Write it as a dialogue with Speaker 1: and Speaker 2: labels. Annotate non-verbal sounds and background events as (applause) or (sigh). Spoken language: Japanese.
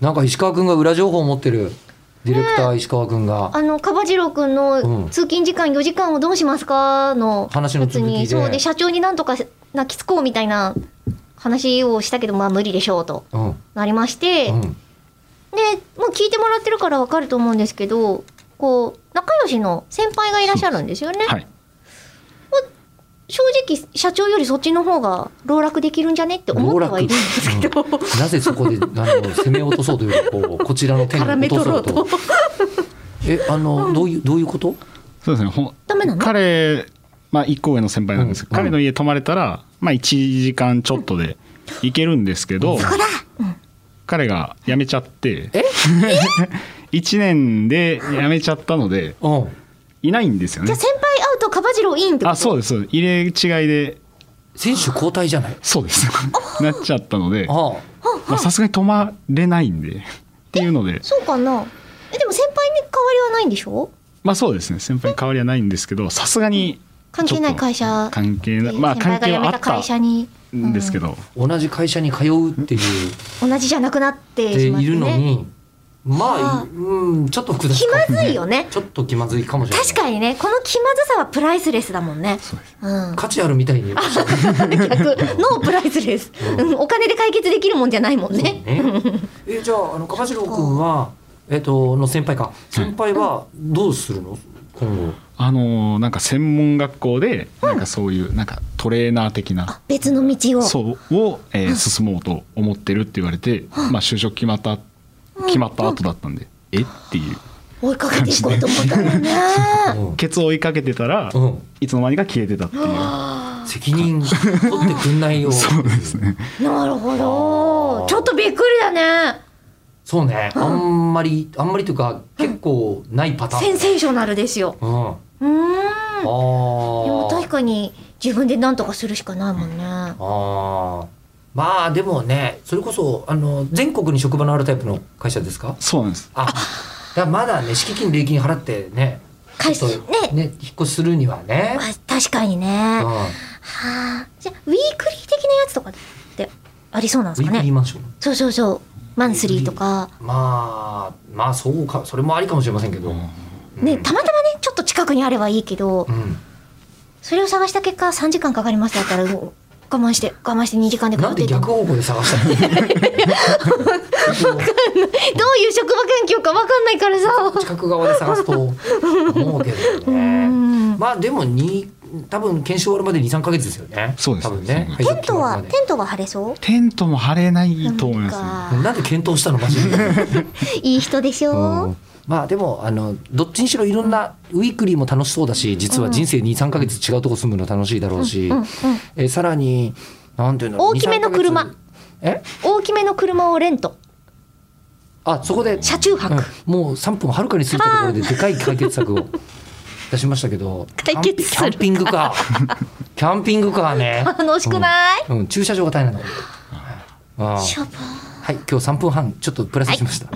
Speaker 1: なんか石川君が裏情報を持ってるディレクター石川君が、
Speaker 2: あの、かばじろうくん
Speaker 1: うん
Speaker 2: の通勤時間4時間をどうしますかの
Speaker 1: 話の
Speaker 2: やつ
Speaker 1: 続きで
Speaker 2: に、そうで、社長になんとか泣きつこうみたいな話をしたけど、まあ無理でしょうと
Speaker 1: うん
Speaker 2: なりまして、
Speaker 1: うん
Speaker 2: で、もう聞いてもらってるからわかると思うんですけど、こう、仲良しの先輩がいらっしゃるんですよね。
Speaker 3: はい
Speaker 2: 正直、社長よりそっちの方が籠絡できるんじゃねって思ってはいるんですけど、
Speaker 1: なぜそこであの攻め落とそうというかこうこちらの手に
Speaker 2: 絡
Speaker 1: 落
Speaker 2: め
Speaker 1: と
Speaker 2: 取
Speaker 1: そ
Speaker 2: ろ
Speaker 1: う
Speaker 2: う
Speaker 1: と
Speaker 2: と。
Speaker 1: えあのどういうどういうこと
Speaker 3: そうですねほん
Speaker 2: ダメなの
Speaker 3: 彼まあ一個上の先輩なんですけど、
Speaker 1: うん
Speaker 3: 彼の家泊まれたらまあ1時間ちょっとで行けるんですけど、
Speaker 2: こだ
Speaker 3: 彼が辞めちゃって (laughs)
Speaker 1: え
Speaker 3: 1年で辞めちゃったので
Speaker 1: うん
Speaker 3: いないんですよ
Speaker 2: じゃ
Speaker 3: ね
Speaker 2: あ先輩会うと、かばじろういいんってこと
Speaker 3: あそう
Speaker 2: う
Speaker 3: ですそうです入れ違いで
Speaker 1: 選手交代じゃない
Speaker 3: そうですなっちゃったので
Speaker 1: ああ
Speaker 3: まあさすがに泊まれないんでっていうので
Speaker 2: そうかなえ、でも先輩に変わりはないんでしょ
Speaker 3: まあそうですね先輩に変わりはないんですけどさすがに
Speaker 2: 関係ない会
Speaker 3: ちょっ
Speaker 2: 社
Speaker 3: と。関係ない
Speaker 2: ね
Speaker 3: まあ
Speaker 2: 先輩
Speaker 3: 関
Speaker 2: が
Speaker 3: 係
Speaker 2: 辞
Speaker 3: は
Speaker 2: め
Speaker 3: あ
Speaker 2: た
Speaker 3: っ
Speaker 2: 会社
Speaker 3: た
Speaker 2: に
Speaker 3: んですけど、
Speaker 1: 同じ会社に通うっていう
Speaker 2: 同じじゃなくなって
Speaker 1: で
Speaker 2: しまっ
Speaker 1: い
Speaker 2: て
Speaker 1: るの
Speaker 2: ね
Speaker 1: にまあ
Speaker 2: ああ
Speaker 1: うんちょっと複雑
Speaker 2: 気
Speaker 1: かも
Speaker 2: まずいよね
Speaker 1: ちょっと気まずいかもしれない
Speaker 2: 確かにねこの気まずさはプライスレスだもんね
Speaker 3: そうです
Speaker 2: うん
Speaker 1: 価値あるみたいに言うそう
Speaker 2: 逆ノープライスレス、
Speaker 1: うん
Speaker 2: うん、お金で解決できるもんじゃないもんね
Speaker 1: ね (laughs) えじゃああのかじろう君はえっとの先輩か先輩はどうするの今後
Speaker 3: あのーなんか専門学校でなんかそういうなんかトレーナー的な、
Speaker 2: 別の道を
Speaker 3: そうを、えー進もうと思ってるって言われて、まあ、就職決まった決まった後だったんで、えっていう
Speaker 2: 追いかけていこうと思ったんだね
Speaker 1: うん
Speaker 3: ケツを追いかけてたら、
Speaker 1: うん
Speaker 3: いつの間にか消えてたっていう、
Speaker 1: 責 (laughs) 任取ってくんないよ
Speaker 3: そうですね
Speaker 2: なるほ
Speaker 1: あー
Speaker 2: どちょっとびっくりだね
Speaker 1: そうねあんまりあんまりというか結構ないパターン
Speaker 2: センセーショナルですよ
Speaker 1: うんあ
Speaker 2: うーんでも
Speaker 1: あ
Speaker 2: 確かに自分で何とかするしかないもんねあ
Speaker 1: ああまあでもねそれこそあの全国に職場のあるタイプの会社ですか
Speaker 3: そうなんです
Speaker 1: あだからまだね敷金礼金払ってね
Speaker 2: 会
Speaker 1: ちょっと
Speaker 2: ね
Speaker 1: ね引っ越しするにはね、
Speaker 2: 確かにね
Speaker 1: うん、ウ
Speaker 2: はあじゃあウィークリー的なやつとかってありそうなんで
Speaker 1: ィ
Speaker 2: す
Speaker 1: ー
Speaker 2: か
Speaker 1: クリー
Speaker 2: ね
Speaker 1: マンション
Speaker 2: そうそうそうマンスリーとか
Speaker 1: まあまあそうかそれもありかもしれませんけど、うん
Speaker 2: ねたまたまねちょっと近くにあればいいけど
Speaker 1: う
Speaker 2: それを探した結果3時間かかりますだったらもう我慢して我慢して2時間で
Speaker 1: ん、
Speaker 2: 帰
Speaker 1: なん
Speaker 2: って
Speaker 1: で
Speaker 2: いった
Speaker 1: 逆
Speaker 2: ど
Speaker 1: 方向で探したの (laughs)
Speaker 2: ういう職場環境か分かんないからさ
Speaker 1: 近く側で探すと思うけどね
Speaker 2: うん
Speaker 1: まあでもに多分研修終わるまで23か月ですよね
Speaker 3: そうです
Speaker 1: 多分ね
Speaker 3: そう
Speaker 2: テントは
Speaker 1: 配属
Speaker 2: テ
Speaker 1: 決
Speaker 2: ントは晴れそう
Speaker 3: テントも張れないと思いますね
Speaker 1: まるまでなんで検討したのマジで
Speaker 2: いい人でしょ
Speaker 1: うんまあでもあのどっちにしろいろんなウィークリーも楽しそうだし実は人生23か月違うとこ住むの楽しいだろうし、
Speaker 2: うんうん
Speaker 1: えさらになんていうの
Speaker 2: 大きめの
Speaker 1: 2-3ヶ月
Speaker 2: 車
Speaker 1: え
Speaker 2: 大きめの車をレント
Speaker 1: あそこで
Speaker 2: 車中泊
Speaker 1: うんもう3分はるかに過ぎたところででかい解決策を出しましたけど
Speaker 2: 解決する
Speaker 1: キャンピングカー
Speaker 2: (laughs)
Speaker 1: キャンピングカーね
Speaker 2: 楽しくない、
Speaker 1: うん、うん駐車場が大変なのああ
Speaker 2: しょぼー
Speaker 1: はい今日3分半ちょっとプラスしました、